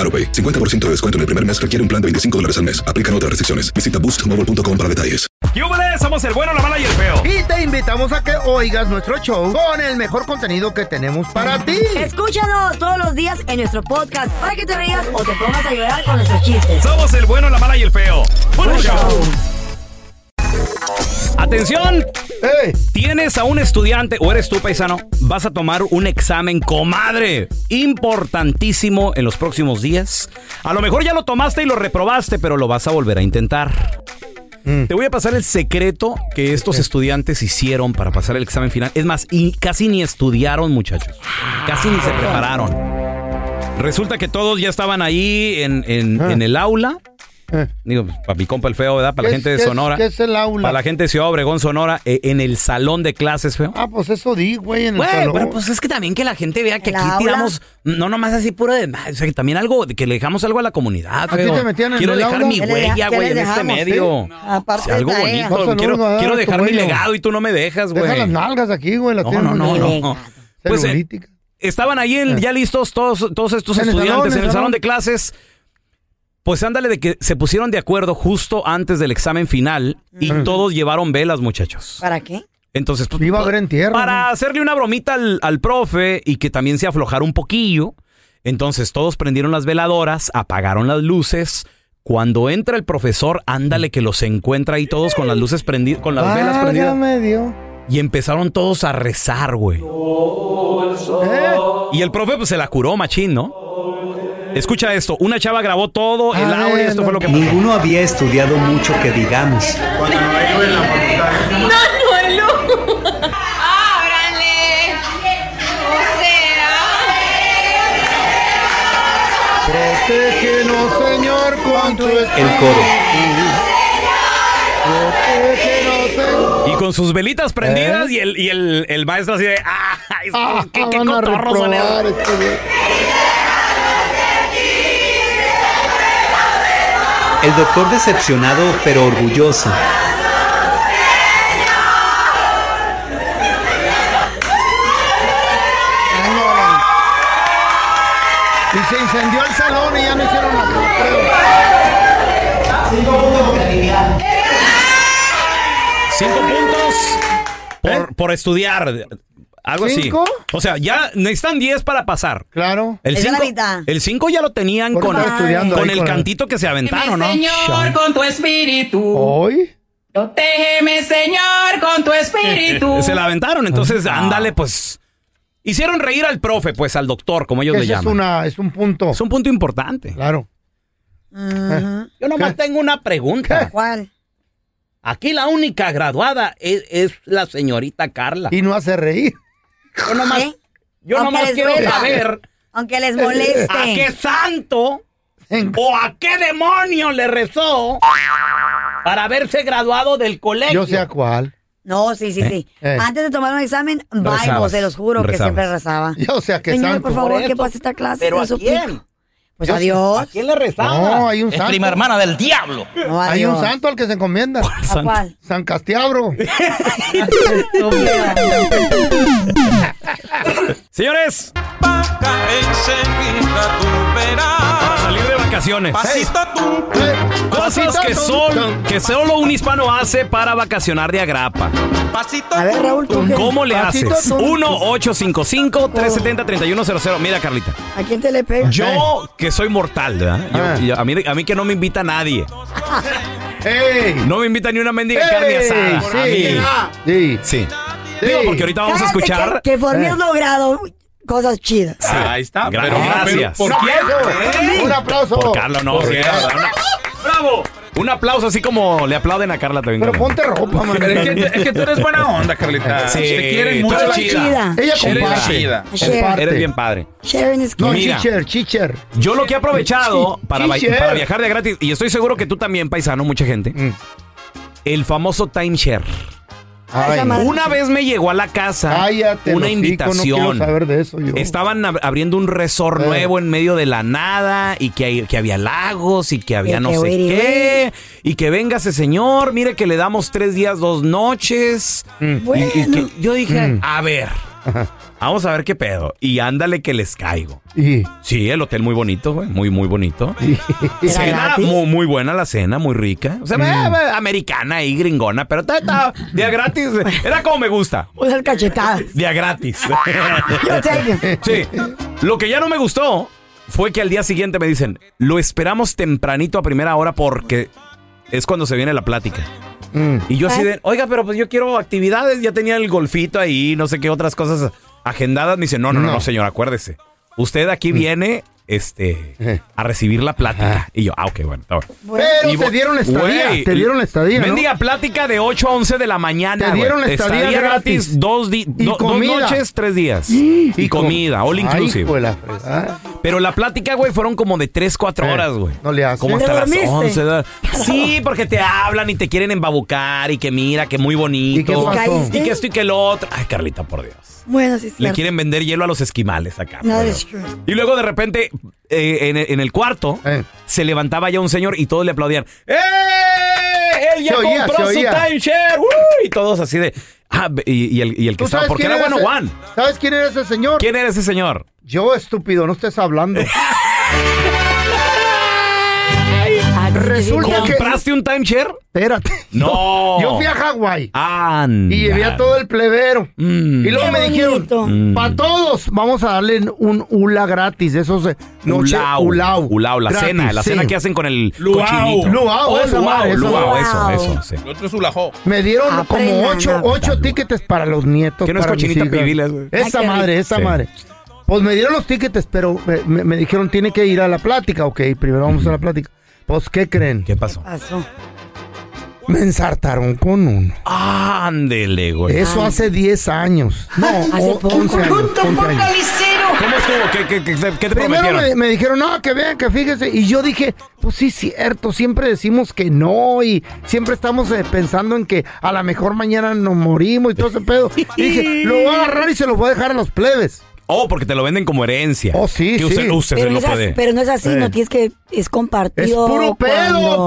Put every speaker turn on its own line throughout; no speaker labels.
AroPay. 50% de descuento en el primer mes requiere un plan de 25 dólares al mes. Aplican otras restricciones. Visita boostmobile.com para detalles.
¡Yúbales! Somos el bueno, la mala y el feo.
Y te invitamos a que oigas nuestro show con el mejor contenido que tenemos
Mm.
para ti.
Escúchanos todos los días en nuestro podcast para que te rías o te pongas a llorar con nuestros chistes.
Somos el bueno, la mala y el feo. ¡Puro show! Atención, tienes a un estudiante o eres tú paisano, vas a tomar un examen comadre, importantísimo en los próximos días. A lo mejor ya lo tomaste y lo reprobaste, pero lo vas a volver a intentar. Te voy a pasar el secreto que estos estudiantes hicieron para pasar el examen final. Es más, y casi ni estudiaron, muchachos. Casi ni se prepararon. Resulta que todos ya estaban ahí en, en-
Ah.
en el aula. Digo, para mi compa el feo, ¿verdad? Para la
Eh. ¿Qué
gente de
es- qué es-
Sonora.
qué es el aula?
Para la gente de Ciudad Obregón, Sonora, eh, en el salón de clases, feo.
Ah, pues eso di, güey, en el
Güey,
salón.
pero pues es que también que la gente vea que
¿El
aquí
aula?
tiramos, no nomás así puro de, o sea, que también algo, que le dejamos algo a la comunidad.
¿A ti
feo.
te metían en
Quiero
el
dejar
aula? pues,
mi
¿Qué
le-
huella,
qué
güey,
le
en este
dejamos,
medio.
sí? Aparte
Sí, algo
de tarea.
bonito,
Pásalo,
quiero,
uno, dale
quiero
a tu
dejar mi
huella.
legado y tú no me dejas, güey.
Deja las nalgas aquí, güey, las
No,
tienes
no, no,
en el-
no. Pues, eh,
Celulítica.
estaban ahí
Eh.
en- ya listos todos, todos estos
En el
estudiantes
salón,
Eh. en el salón de clases. Pues ándale de que se pusieron de acuerdo justo antes del examen final y todos llevaron velas, muchachos.
¿Para qué?
Entonces, pues,
Iba a haber entierro,
Para
¿no?
hacerle una bromita al, al profe y que también se aflojara un poquillo. Entonces, todos prendieron las veladoras, apagaron las luces. Cuando entra el profesor, ándale que los encuentra ahí todos con las luces prendidas, con las velas prendidas.
Válgame Dios.
Y empezaron todos a rezar, güey.
Eh,
Y el profe pues se la curó, machín, ¿no? Escucha esto, una chava grabó todo el
A
audio,
ver,
esto fue lo que pasó.
Ah, Ninguno había estudiado mucho que digamos.
¡Ábrale! O sea,
Protégenos, Señor, con tu
El coro.
Protégenos, Señor.
Y con sus velitas
¿Eh?
prendidas y el, y el, el maestro así de ¡Ah!
Ah,
¡Qué, qué
van a
cotorros son esos!
reprobar este güey.
El doctor decepcionado pero orgulloso.
Y se incendió el salón y ya no hicieron la prueba.
Cinco
¿Eh?
puntos por, por estudiar. Algo
¿Cinco?
así. O sea, ya necesitan diez para pasar.
Claro.
El
Es la
cinco,
mitad.
el cinco ya lo tenían
Por
con,
estar estudiando
con
ahí
el
con el-
cantito que se aventaron, ¿no? Oh.
Señor, con tu espíritu.
Hoy.
Protégeme, Señor, con tu espíritu.
Eh, Se la aventaron, entonces
Ah.
ándale, pues. Hicieron reír al profe, pues al doctor, como ellos
Ese
le
es,
llaman.
una, es un punto.
Es un punto importante.
Claro.
Ah. Yo nomás tengo una pregunta.
¿Cuál?
Aquí la única graduada es, es la señorita Carla.
Y no hace reír.
Yo nomás,
¿Eh?
yo
Aunque
nomás
les
quiero
duela.
saber
Aunque les
a qué
moleste.
santo
En-
o a qué demonio le rezó para haberse graduado del colegio.
Yo sé a cuál.
No, sí, sí, sí.
Eh.
Antes de tomar un examen,
Rezabas.
Bible, se los juro que
Rezabas.
siempre rezaba.
Yo sé a qué
Señor,
santo.
por favor, que pase esta clase.
Pero
te
¿a
suplico.
quién?
Pues adiós.
quién le rezaba?
No, hay un
Es
santo.
prima hermana del diablo.
No,
Hay
adiós.
un santo al que se encomienda.
¿A cuál?
San Castiabro.
Señores,
Enseguida tú
para salir de vacaciones. Cosas que, son, que solo un hispano hace para vacacionar de agrapa.
A ver, Raúl, ¿tú qué?
¿Cómo le
Pasito
haces?
tonto. Oh.
1-855-370-3100. Mira, Carlita.
¿A quién te le pega?
Yo, que soy mortal, ¿verdad? Yo-
Ah.
y a, mí, a mí que no me invita nadie.
¡Ey!
No me invita ni una mendiga
¡Ey!
carne asada.
Sí.
A mí.
Sí.
Sí.
sí.
Digo, porque ahorita vamos a
Cállate,
escuchar.
Que, que por mí
Eh.
has logrado cosas chidas.
Sí.
Ahí está,
Gra-
pero-
gracias.
pero-
¡Un
¿por
aplauso! ¡Un aplauso!
Por Carla, no. sí, era- una- ¡Bravo! Un aplauso así como le aplauden a Carla también.
Pero
Carla.
ponte ropa, man.
Pero es, que, es que tú eres buena onda, Carlita.
Sí,
Te quieren
tú
mucho.
eres
la
chida.
Chida.
Ella
Eres
comparte.
chida.
Share-
parte.
Eres bien padre.
Sharing is
No,
caring.
Mira.
chicher, chicher.
Yo lo que he aprovechado
Chi-
para, va-
chichero.
para viajar de gratis, y estoy seguro que tú también, paisano, mucha gente,
Mm.
el famoso timeshare.
Ay,
Ay,
esa madre.
Una vez me llegó a la casa
cállate.
una
el hocico, No
invitación.
quiero saber de eso yo.
Estaban ab- abriendo un resort
Eh.
nuevo en medio de la nada y que, hay- que había lagos y que había
Y
no
que
sé
wiri,
qué. Y que venga ese señor, mire que le damos tres días, dos noches.
Mm.
Y- y que-
Bueno.
yo dije, a ver, vamos a ver qué pedo. Y ándale que les caigo.
Y,
Sí, el hotel muy bonito, güey, muy, muy bonito.
y-
¿Era
Cena
gratis?
muy, muy buena la cena, muy rica.
Mm.
O sea, eh, americana y gringona, pero ta- ta, día gratis. Era como me gusta,
Usar cachetadas.
día gratis.
Yo take it.
Sí. Lo que ya no me gustó fue que al día siguiente me dicen, lo esperamos tempranito a primera hora porque es cuando se viene la plática.
Mm.
Y yo así de, oiga, pero pues yo quiero actividades, ya tenía el golfito ahí, no sé qué otras cosas agendadas. Me dice, no, no, no,
No. Mm.
no, señor, acuérdese. Usted aquí viene, este,
Eh.
a recibir la plática. Y yo, ah, ok, bueno, está bueno.
Bueno.
Pero
Y
te
vo-
dieron la estadía.
Güey,
te dieron la estadía. ¿no?
Mendiga plática de 8 a 11 de la mañana.
Te dieron
güey.
la estadía gratis.
dos, di-
Y
do- dos
comida.
noches, tres días.
Sí.
Y
com-
comida, all
Ay,
inclusive.
hijo de la fregada.
Pero la plática, güey, fueron como de 3, 4
Eh,
horas, güey.
no le haces.
Como
¿Te
hasta las
dormiste?
11. da- Sí, porque te hablan y te quieren embabucar y que mira, que muy bonito.
¿Y qué pasó?
¿Caíste?
Y que esto y que lo otro. Ay, Carlita, por Dios.
Bueno, sí, es
Le
cierto.
quieren vender hielo a los esquimales acá.
No,
por
it's
Dios.
true.
Y luego de repente, eh, en, el- en el cuarto,
Eh.
se levantaba ya un señor y todos le aplaudían. ¡Eh! Él ya
Se oía,
compró
se
su
oía.
timeshare. ¡Uh! Y todos así de. Ah, be- y, y el, y el que
¿Tú
estaba.
sabes
Porque
quién
era
ese-
bueno Juan.
¿Sabes quién era ese señor?
¿Quién era ese señor? Mm,
Yo, estúpido, no estés hablando.
Ah, sí,
Resulta
sí,
que-
¿Compraste un timeshare?
Espérate.
No.
Yo fui a Hawái.
Anda.
Y llevé a todo el plebero.
Mm.
Y luego
Qué
me dijeron,
bonito.
para todos, vamos a darle un hula gratis. Eso se... noche-
Ulao.
ulao.
Ulao, la
Gratis,
cena, la
sí.
cena que hacen con el
Luau.
cochinito.
Luau,
Oh,
esa
luau,
madre, esa
luau,
madre.
eso, eso, sí.
El otro es Ulajó.
Me dieron
Aprendan,
como ocho,
no.
ocho tickets para los nietos.
¿Qué no es
para mis
cochinita
hijas.
pibil, güey?
Esa
Ay, qué
madre,
rico.
esa
Sí.
madre. Pues me dieron los tickets, pero me, me- me dijeron tiene que ir a la plática. Ok, primero vamos a la plática. Pues, ¿qué creen?
¿Qué pasó?
Pasó.
Me ensartaron con uno.
Ándele, güey.
Eso hace 10 años. No,
ah. Hace
o-
poco.
11 años. 11 años.
¿Cómo estuvo? ¿Qué, qué, qué- qué te
Primero
prometieron?
me, me dijeron, no, que vean, que fíjese. Y yo dije, pues sí, cierto, siempre decimos que no y siempre estamos eh, pensando en que a lo mejor mañana nos morimos y todo ese pedo. Y dije, lo voy a agarrar y se lo voy a dejar a los plebes.
Oh, porque te lo venden como herencia.
Oh, sí,
Que usted,
sí.
usted se
Pero,
lo
no es así,
puede.
pero no es así,
Eh.
no tienes que. Es
Es
compartido.
puro pedo,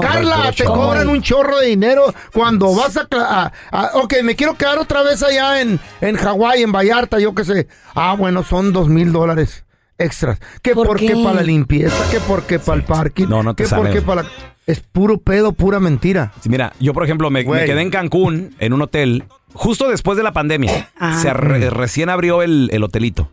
cuando-
Carla. Te
Ay.
cobran un chorro de dinero cuando vas a, cla- a- a- Ok, me quiero quedar otra vez allá en, en Hawái, en Vallarta, yo qué sé. Ah, bueno, son dos mil dólares extras. Que
¿Por
porque
qué?
para la limpieza, que porque para el parking.
No, no te
que
sale,
porque
güey.
para la- Es puro pedo, pura mentira.
Sí, Mira, yo por ejemplo me, me
Güey.
quedé en Cancún, en un hotel, justo después de la pandemia.
Ah.
Se re- recién abrió el, el hotelito.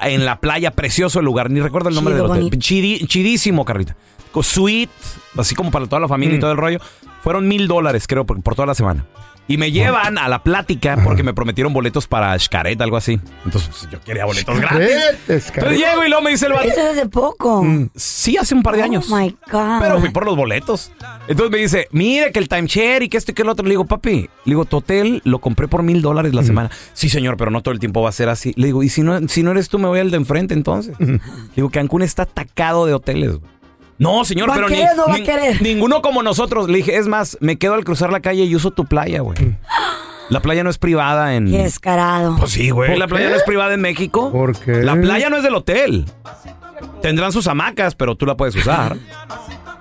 En la playa, precioso el lugar, ni recuerdo el nombre
Chido,
del hotel.
bonito.
Chidi- chidísimo, Carlita. Co- Suite, así como para toda la familia y todo el rollo. Fueron mil dólares, creo, por, por toda la semana. Y me llevan a la plática porque me prometieron boletos para Xcaret, algo así. Entonces pues, yo quería boletos gratis.
Vete,
Entonces
cabrón.
llego y luego me dice el vato,
Eso es hace poco.
Mm, sí, hace un par de años.
Oh my God.
Pero fui por los boletos. Entonces me dice, mire que el timeshare y que esto y que el otro. Le digo, papi, le digo, tu hotel lo compré por mil dólares la semana. Sí, señor, pero no todo el tiempo va a ser así. Le digo, y si no, si no eres tú, me voy al de enfrente entonces. Le digo, Cancún está atacado de hoteles. güey. No, señor,
¿Va a
pero ni-
querer o no va a
ni-
querer?
ninguno como nosotros. Le dije, es más, me quedo al cruzar la calle y uso tu playa, güey. La playa no es privada en...
Qué descarado.
Pues sí, güey. La playa no es privada en México.
¿Por qué?
La playa no es del hotel. Tendrán sus hamacas, pero tú la puedes usar.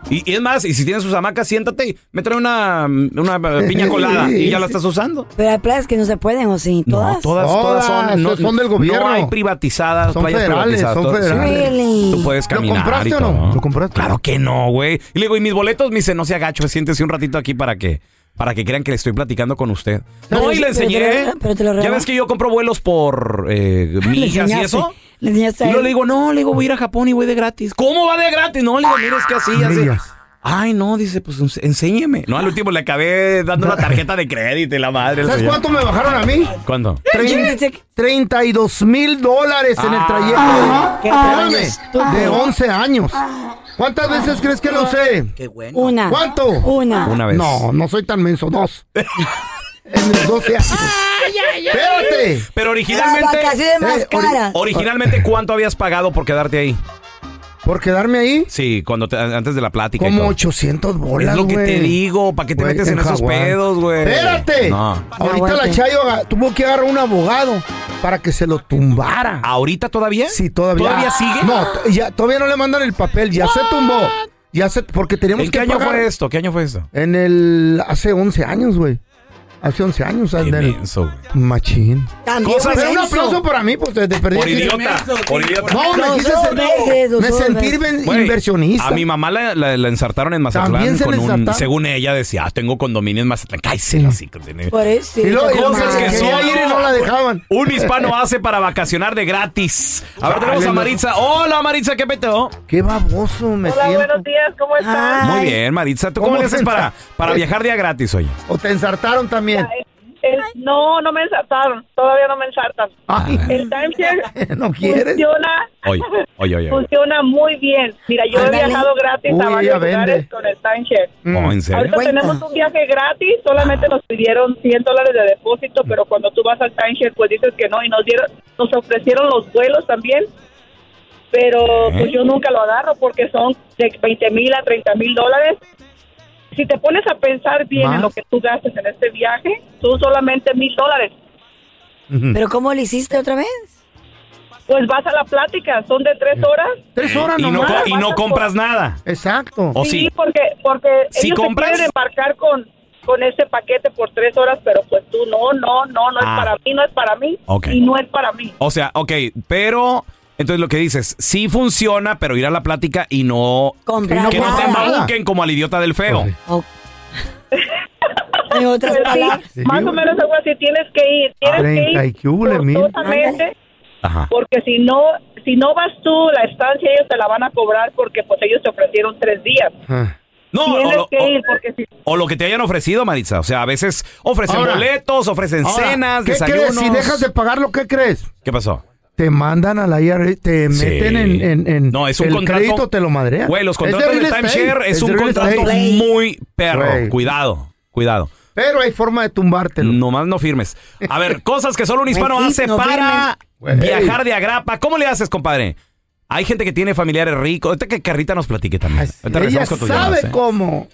Y, y es más, y si tienes sus hamacas, siéntate y me trae una, una eh, piña colada y ya la estás usando.
Pero hay playas que no se pueden, o sí, todas.
No, todas, todas,
Todas,
son, no,
son del gobierno.
No hay privatizadas,
Son
playas
federales,
privatizadas.
son
todas-
federales.
Really?
Tú puedes
¿Lo
caminar. y
compraste o
todo.
no? ¿Lo compraste?
Claro que no, güey. Y le digo, ¿y mis boletos? Me dice, no se agacho, siéntese un ratito aquí para que, para que crean que le estoy platicando con usted.
Pero
no,
sí,
y
pero te
le
lo
enseñé.
regala- pero te lo
ya
regala.
ves que yo compro vuelos por eh, millas y
enseñaste,
eso.
le enseñaste
Y
a
yo
él.
le digo, no, le digo, voy a ir a Japón y voy de gratis. ¿Cómo va de gratis? No, le digo, mira, es que así, así.
Millas.
Ay, no, dice, pues ens- enséñeme. No, al último le acabé dando una tarjeta de crédito y la madre.
¿Sabes cuánto me bajaron a mí?
¿Cuándo?
Trein- 32 mil dólares en
Ah.
el trayecto. Espérame, de 11 años. ¿Cuántas veces crees que lo usé?
Una.
¿Cuánto?
Una.
Una vez.
No, no soy tan menso, dos. en mis 12 años. Espérate.
Pero
Las
originalmente.
vacaciones más
eh, ori-
caras.
Originalmente, ¿cuánto habías pagado por quedarte ahí?
Por quedarme ahí,
Sí, cuando te- antes de la plática. y
como
todo.
800 bolas,
Es lo que te
güey.
digo, para que te
Güey,
metes en,
en
esos
Hawái.
pedos, güey.
Espérate.
No.
Ahorita la
Aguante.
Chayo aga- tuvo que agarrar un abogado para que se lo tumbara.
¿Ahorita todavía?
Sí, todavía.
¿Todavía sigue?
No, t- ya, todavía no le mandan el papel. Ya se tumbó. Ya se... Porque teníamos
¿En
que
qué año
pagar
fue esto? ¿Qué año fue esto?
En el... Hace 11 años, güey. Hace 11 años.
Qué
en el-
menso, güey.
Machín.
También
Cosas-
Pero
fue
un
eso.
aplauso para mí, pues desde perdí.
Por
aquí.
idiota. Por idiota.
No, me
Dos
quise
dos
ser-
veces, dos
me
dos
sentir
veces.
ben- inversionista.
A mi mamá la, la- la ensartaron en Mazatlán
También se
con
la
un.
ensartaron.
Según ella decía, ah, tengo condominio en Mazatlán. Cállese así.
Por eso.
Y luego- y luego
Cosas
se
que
quería
son.
ir y no la dejaban.
Un hispano hace para vacacionar de gratis. A ver, tenemos
Dale,
a
no.
Maritza. Hola, Maritza, ¿qué peteo?
Qué baboso me siento.
días, ¿cómo
están?
Muy bien, Maritza. ¿Tú cómo
¿Cómo
le haces
se
para,
ensa-
para viajar día gratis hoy?
O te ensartaron también.
eh, no, no me ensartaron, todavía no me ensartan.
Ay,
El timeshare
¿No quieres?
funciona,
Oye, oye, oye. oye.
funciona muy bien. Mira, yo he
Ándale.
viajado gratis
Uy,
a
ella
varios
vende.
lugares con el timeshare.
Mm.
Oh, ¿En serio?
Ahorita
Cuenta.
tenemos un viaje gratis, solamente nos pidieron 100 dólares de depósito, pero cuando tú vas al timeshare, pues dices que no, y nos dieron, nos ofrecieron los vuelos también, pero
Ajá.
pues yo nunca lo agarro porque son de 20 mil a 30 mil dólares. Si te pones a pensar bien
Más.
en lo que tú gastas en este viaje, son solamente mil dólares.
Mm.
¿Pero cómo lo hiciste otra vez?
Pues vas a la plática, son de tres horas.
Tres horas
Y no,
nomás.
co- y no compras nada.
Exacto.
¿O sí?
porque, porque
¿Sí
ellos
compras?
se quieren embarcar con, con ese paquete por tres horas, pero pues tú no, no, no, no
Ah.
es para mí, no es para mí
Ok.
y no es para mí.
O sea, ok, pero entonces lo que dices, sí funciona, pero ir a la plática y no...
Comprar
que no te
nada.
embauquen como al idiota del feo.
Pues
O- en otras
Pero sí,
palabras.
Sí,
más o
güey.
menos algo así, tienes que ir, tienes
Treinta
que
y
ir
qué hule, mil.
forzosamente,
Ajá.
porque si no, si no vas tú, la estancia ellos te la van a cobrar porque pues ellos te ofrecieron tres días.
Ah.
No, o
tienes
lo,
que
o-
ir porque si
o lo que te hayan ofrecido, Maritza. O sea, a veces ofrecen
Ahora.
boletos, ofrecen
Ahora,
cenas,
¿Qué
desayunos.
crees? Si dejas de pagarlo, ¿qué crees?
¿Qué pasó?
Te mandan a la IRS, te
Sí.
meten en, en, en-
No, es un
el
contrato-
crédito, te lo madrean.
Güey, los
Es de
contratos de,
real estate,
timeshare es,
de
un
real
contrato
estate.
muy perro.
Güey.
Cuidado, cuidado.
Pero hay forma de tumbártelo.
Nomás no firmes. A ver, cosas que solo un hispano
Güey, sí,
hace
no
para
firmes. Güey.
viajar de agrapa. ¿Cómo le haces, compadre? Hay gente que tiene familiares ricos. Ahorita que Carrita nos platique también.
Ay,
Ahorita
Ella
regresamos con tus llamadas,
sabe
¿eh?
cómo.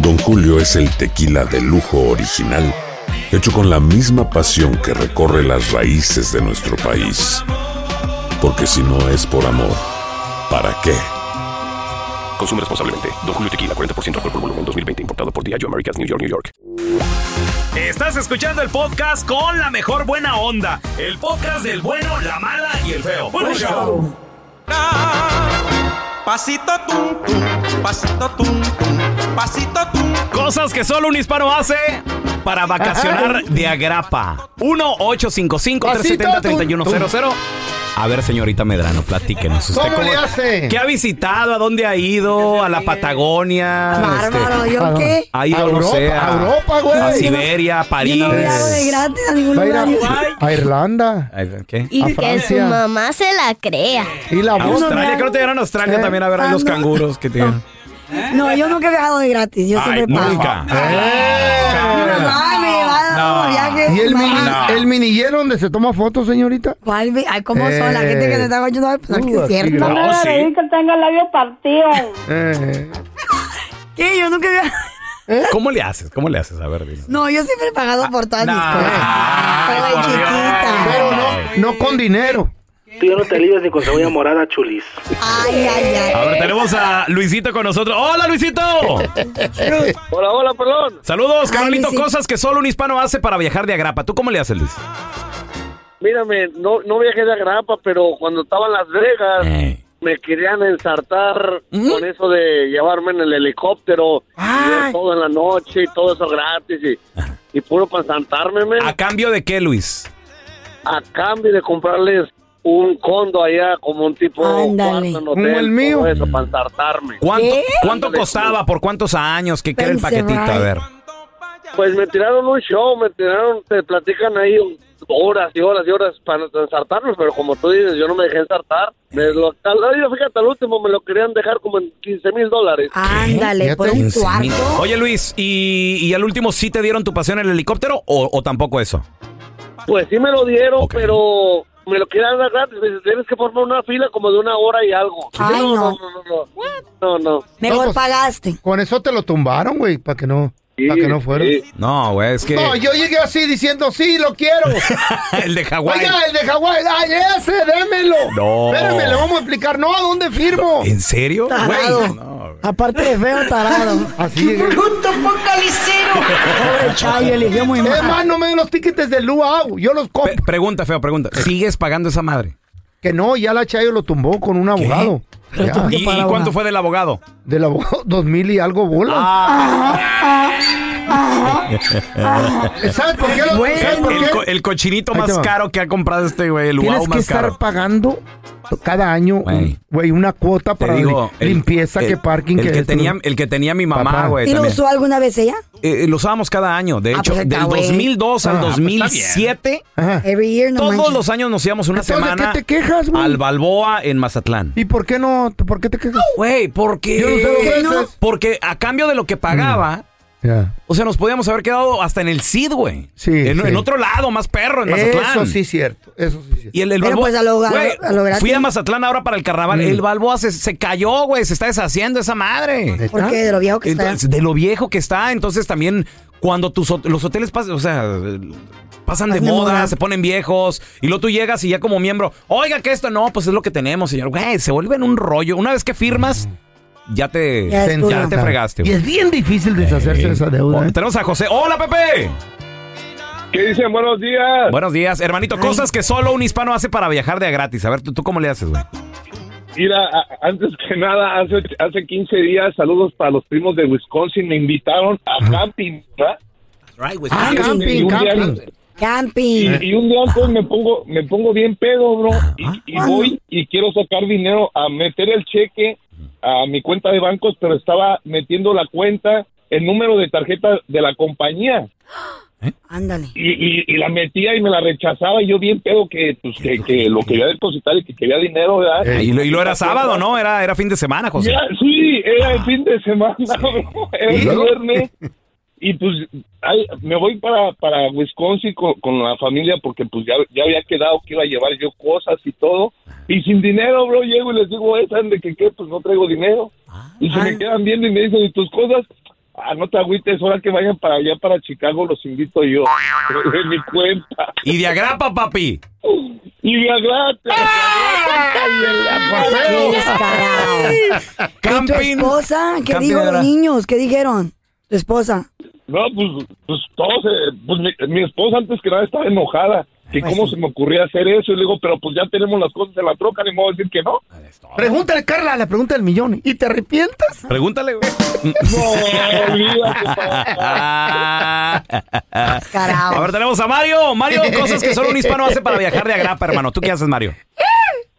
Don Julio es el tequila de lujo original, hecho con la misma pasión que recorre las raíces de nuestro país. Porque si no es por amor, ¿para qué?
Consume responsablemente. Don Julio Tequila 40% alcohol por volumen 2020 importado por Diageo Americas New York New York.
Estás escuchando el podcast con la mejor buena onda. El podcast del bueno, la mala y el feo. Buen show.
Pasito tum tum, pasito tum tum, pasito tum.
Cosas que solo un hispano hace para vacacionar de agrapa. 1-855-370-3100. A ver, señorita Medrano, platíquenos. ¿Usted
¿Cómo le hace?
¿Qué ha visitado? ¿A dónde ha ido? ¿A la Patagonia? Este,
Bárbaro, ¿yo qué?
Ha ido,
A
no sé,
Europa,
a,
a Europa, güey.
a Siberia, a París.
No voy a de gratis a ningún
Va a ir
lugar.
a, a Irlanda.
¿Qué?
A
que su
Francia.
mamá se la crea.
Y la Eh, ah,
Australia, creo que te llegaron a Australia también a ver ahí los canguros que tienen.
No, yo nunca he viajado de gratis. Yo
Ay,
siempre pago.
nunca.
Mi mamá me llevaba a
Eh. No.
viajes.
¿Y el,
Mamá.
mini, el minillero donde se toma fotos, señorita?
¿Cuál? vi- Ay, ¿cómo son? La
Eh.
gente que te está ayudando, pues aquí
Uh,
es
así
cierto.
grande. No, No, sí. David,
que tenga el labio partido.
Eh.
¿Qué? Yo nunca he viajado.
¿Cómo le haces? ¿Cómo le haces? A ver, dime.
No, yo siempre he pagado por todas
Ah,
mis cosas.
Pero no, no con dinero.
Tío, no te libres de con cebolla morada, chulis.
Ay, ay, ay.
A ver, tenemos a Luisito con nosotros. ¡Hola, Luisito! Eh.
Hola, hola, perdón.
Saludos,
Ay,
Carlito.
Luisito.
Cosas que solo un hispano hace para viajar de agrapa. ¿Tú cómo le haces, Luis?
Mírame, no, no viajé de agrapa, pero cuando estaba en Las Vegas,
Eh.
me querían ensartar
Mm.
con eso de llevarme en el helicóptero y ver todo en la noche y todo eso gratis y, y puro para ensartarme, men.
¿A cambio de qué, Luis?
A cambio de comprarles un condo allá, como un tipo
Ándale.
cuarto en
Como
hotel,
el mío.
todo eso para ensartarme.
¿Cuánto, ¿cuánto costaba? ¿Por cuántos años? ¿Qué, qué era el
Pense,
paquetito? A
right.
ver.
Pues me tiraron un show, me tiraron, te platican ahí horas y horas y horas para ensartarnos, pero como tú dices, yo no me dejé ensartar. Me lo, al- ay, fíjate, al último me lo querían dejar como en 15 mil dólares.
Ándale, por un cuarto.
Oye, Luis, ¿y, y al último sí te dieron tu pasión en el helicóptero o, o tampoco eso?
Pues sí me lo dieron, pero me lo querían dar gratis. Me dice, tienes que formar una fila como de una hora y algo.
Ay,
no, no,
no.
no, no, no, no, no.
Mejor pagaste.
Con eso te lo tumbaron, güey, para que no, para Ah, que no fuera.
No, güey, es que
No, yo llegué así diciendo, sí, lo quiero.
el de Hawái.
Oiga, el de Hawái, ay, ese, démelo.
No.
Espérame, le vamos a explicar. No, ¿a dónde firmo?
¿En serio?
Tarado.
Güey,
Aparte de feo, tarado.
Así llegué.
Bruto focalicero. Pobre Chayo, eligió muy mal.
Es más, no me den los tickets del Luau, yo los compro.
pregunta, feo, pregunta. ¿Sigues pagando esa madre?
Que no, ya la Chayo lo tumbó con un abogado. Ya.
¿Y, y cuánto fue del abogado?
Del abogado, dos mil y algo bolas.
Ah,
Ah. ¿Sabes por qué lo
El-
¿sabes por
el,
qué?
co- el cochinito
Ahí te
más
va.
caro que ha comprado este güey, el
Tienes
wow
que
más
estar
caro.
pagando cada año, un- güey, una cuota para
digo,
li-
el-
limpieza,
el-
que parking,
el que,
esto.
tenía, el que tenía mi
Papá.
mamá, güey.
¿Y lo
también.
usó alguna vez ella?
Eh, eh, lo usábamos cada año. De hecho,
pues está
del
güey.
2002
Ah,
al
pues está bien.
2007,
Every year, no
todos
manches.
los años nos íbamos una
Entonces, ¿de
semana
qué te quejas, güey?
al Balboa en Mazatlán.
¿Y por qué no? ¿Por qué te quejas?
Güey, porque Eh,
Yo no sé lo que haces.
Porque a cambio de lo que pagaba,
Mm. Ya.
o sea, nos podíamos haber quedado hasta en el CID, güey. en,
sí.
en otro lado, más perro, en Mazatlán.
Eso sí es cierto, eso sí es cierto.
Y el, el
Pero
Balboa-
pues a lo- a lo-
güey,
a lo gratis.
Fui a Mazatlán ahora para el carnaval.
Mm.
El Balboa se, se cayó, güey. Se está deshaciendo esa madre.
¿Por qué? ¿De lo viejo que está?
Entonces, De lo viejo que está. Entonces también cuando tus, hot- los hoteles pasan, o sea, pasan de
Pasan de
moda,
moda.
se ponen viejos. Y luego tú llegas y ya como miembro, oiga, que esto no, pues es lo que tenemos, señor. Güey, se vuelven un rollo. Una vez que firmas,
Mm.
ya te,
Ya es
ya
tuyo.
te fregaste.
Y
güey.
es bien difícil deshacerse de esa deuda. ¿eh?
Tenemos a José. ¡Hola, Pepe!
¿Qué dicen? Buenos días.
Buenos días, hermanito. Cosas que solo un hispano hace para viajar de a gratis. A ver, ¿tú, tú cómo le haces, güey?
Mira, a- antes que nada, hace, hace 15 días, saludos para los primos de Wisconsin, me invitaron a camping, ¿verdad?
Ah,
Y- y
camping,
un día-
camping. Camping.
Y, y un día pues me pongo, me pongo bien pedo, bro, y, y voy y quiero sacar dinero a meter el cheque a mi cuenta de bancos, pero estaba metiendo la cuenta, el número de tarjeta de la compañía.
Ándale.
Y, y- y la metía y me la rechazaba y yo bien pedo que, pues, que, que lo quería depositar y que quería dinero, ¿verdad?
Eh, y, lo, y lo era sábado, ¿no? Era, era fin de semana, José.
Ya, sí, era el fin de semana, bro, era el
¿Y luego?
viernes. Y pues ay, me voy para, para Wisconsin con, con la familia porque pues ya, ya había quedado que iba a llevar yo cosas y todo. Y sin dinero, bro, llego y les digo, eh, ¿saben de que qué? Pues no traigo dinero.
Ah,
Y se me quedan viendo y me dicen, ¿y tus cosas? Ah, no te agüites, ahora que vayan para allá, para Chicago, los invito yo. De mi cuenta.
Y de agrapa, papi.
Y de agrapa.
Qué descarado. ¿Y tu esposa? ¿Qué
Camping
dijo
era.
los niños? ¿Qué dijeron? Tu esposa.
No, pues, pues todos, eh, pues mi, mi esposa antes que nada estaba enojada. que cómo se me ocurría hacer eso. Y le digo, pero pues ya tenemos las cosas en la troca, ni modo de decir que no.
Pregúntale, Carla, la pregunta del millón. ¿Y te arrepientas?
Pregúntale, güey.
No,
A ver, tenemos a Mario. Mario, cosas que solo un hispano hace para viajar de agrapa, hermano. ¿Tú qué haces, Mario?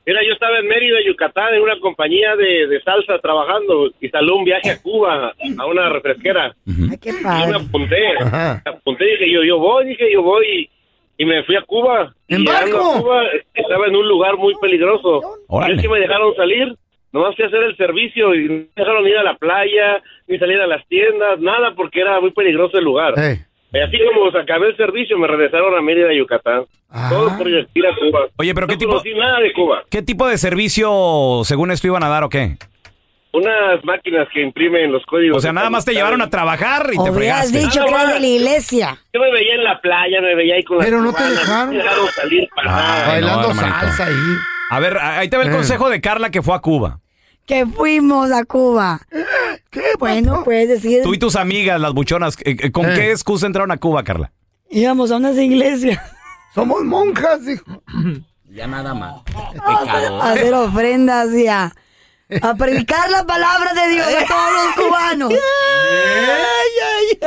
Mira, yo estaba en Mérida, Yucatán, en una compañía de, de salsa trabajando y salió un viaje a Cuba, a una refresquera.
qué
Yo
Ah.
me apunté, me apunté y dije yo, yo voy, dije yo voy y, y me fui a Cuba.
¿En
y llegando
barco?
a Cuba estaba en un lugar muy peligroso.
Órale.
Y es que me dejaron salir, nomás fui a hacer el servicio y no me dejaron ir a la playa, ni salir a las tiendas, nada porque era muy peligroso el lugar. Y así como acabé el servicio, me regresaron a Mérida, Yucatán.
Ah.
Todo por ir a Cuba.
Oye, pero ¿qué
no conocí nada de Cuba.
¿Qué tipo de servicio, según esto, iban a dar o qué?
Unas máquinas que imprimen los códigos. Ah,
O sea, nada más te llevaron a trabajar y te
Hubieras
fregaste.
dicho que eres de la iglesia.
Yo me veía en la playa, me veía ahí con
Pero
no te dejaron. salir para nada.
Ay, no, hermanito.
ahí.
A ver, ahí te ve el
Eh.
consejo de Carla que fue a Cuba.
Que fuimos a Cuba. Bueno, puedes decir,
Tú y tus amigas, las buchonas, eh, eh, ¿con
Eh.
qué excusa entraron a Cuba, Carla?
íbamos a unas iglesias
Somos monjas, dijo.
Ya nada más.
a hacer ofrendas y a, a predicar la palabra de Dios a todos los cubanos.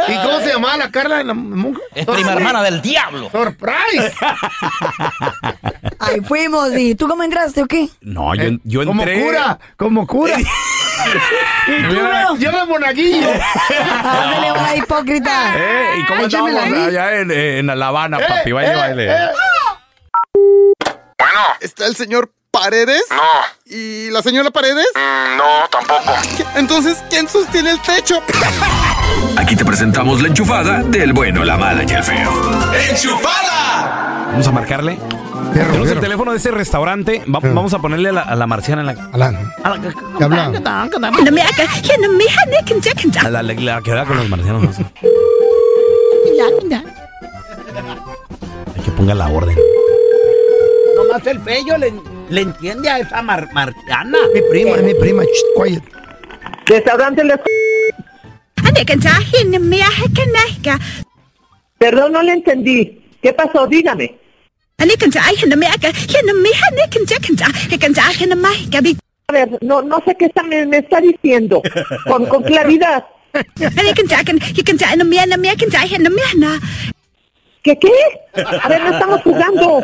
¿Y cómo se llamaba la Carla de la monja? Es
prima hermana
del diablo. ¡Surprise!
Ahí fuimos y ¿tú cómo entraste o qué?
No, yo, yo
Eh, Como
entré.
cura, como cura. y tú,
Mira.
yo de monaguillo.
Ándale, una hipócrita.
Eh, ¿Y cómo
Échamela
estábamos
a mí.
allá en, eh, en La Habana,
Eh,
papi?
Eh,
Vaya, baile.
Bueno. ¿Está el señor Paredes? No. ¿Y la señora Paredes? no, tampoco. Entonces, ¿quién sostiene el techo?
Aquí te presentamos la enchufada del bueno, la mala y el feo.
Vamos a marcarle. Tenemos el teléfono de ese restaurante. Va-
Eh.
vamos a ponerle a la, a la marciana en la. A la,
¿Qué habla?
a la- la- la que da con los marcianos. no sé. Hay que ponga la orden.
Nomás el bello le, le entiende a esa mar marciana.
Mi prima, mi prima. shh, quiet.
Restaurante la...
Perdón, no le entendí. ¿Qué pasó? Dígame. A ver, no, no sé qué está- me, me está diciendo. Con, con claridad. ¿Qué qué? A ver, no estamos jugando.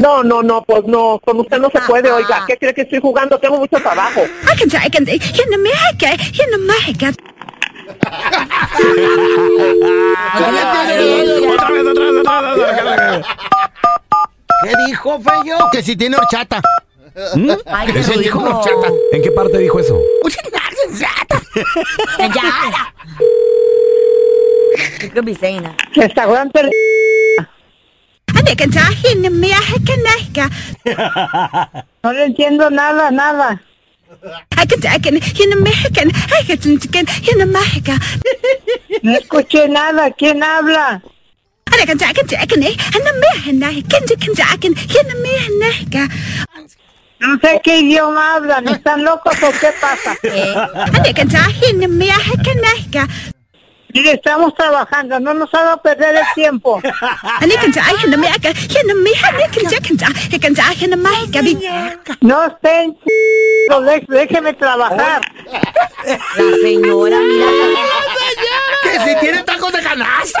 No, no, no, pues no, con usted no se puede, oiga. ¿Qué cree que estoy jugando? Tengo mucho trabajo.
Otra vez, otra vez, otra vez, otra vez.
¿Qué dijo, Feyo? Que si tiene horchata.
¿Mm?
Ay,
¿Eso
qué
dijo?
rico. horchata.
¿En qué parte dijo eso?
Ya. It could be saying that.
Restaurante. la- No le entiendo nada, nada. No escuché nada. ¿Quién habla? eh, No sé qué idioma hablan. ¿Están locos o qué pasa? Mire, estamos trabajando. No nos ha dado perder el tiempo. No estén. c******, dé- Déjeme trabajar.
La señora, mira.
Que si tiene tacos de canasta.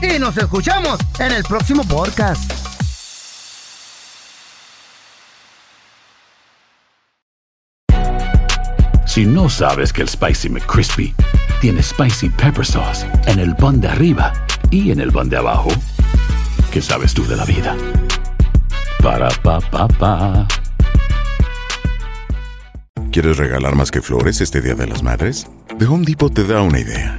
Y nos escuchamos en el próximo podcast.
Si no sabes que el Spicy McCrispy tiene Spicy Pepper Sauce en el pan de arriba y en el pan de abajo, ¿qué sabes tú de la vida? Para, pa, pa, pa.
¿Quieres regalar más que flores este Día de las Madres? The Home Depot te da una idea.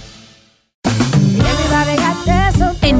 En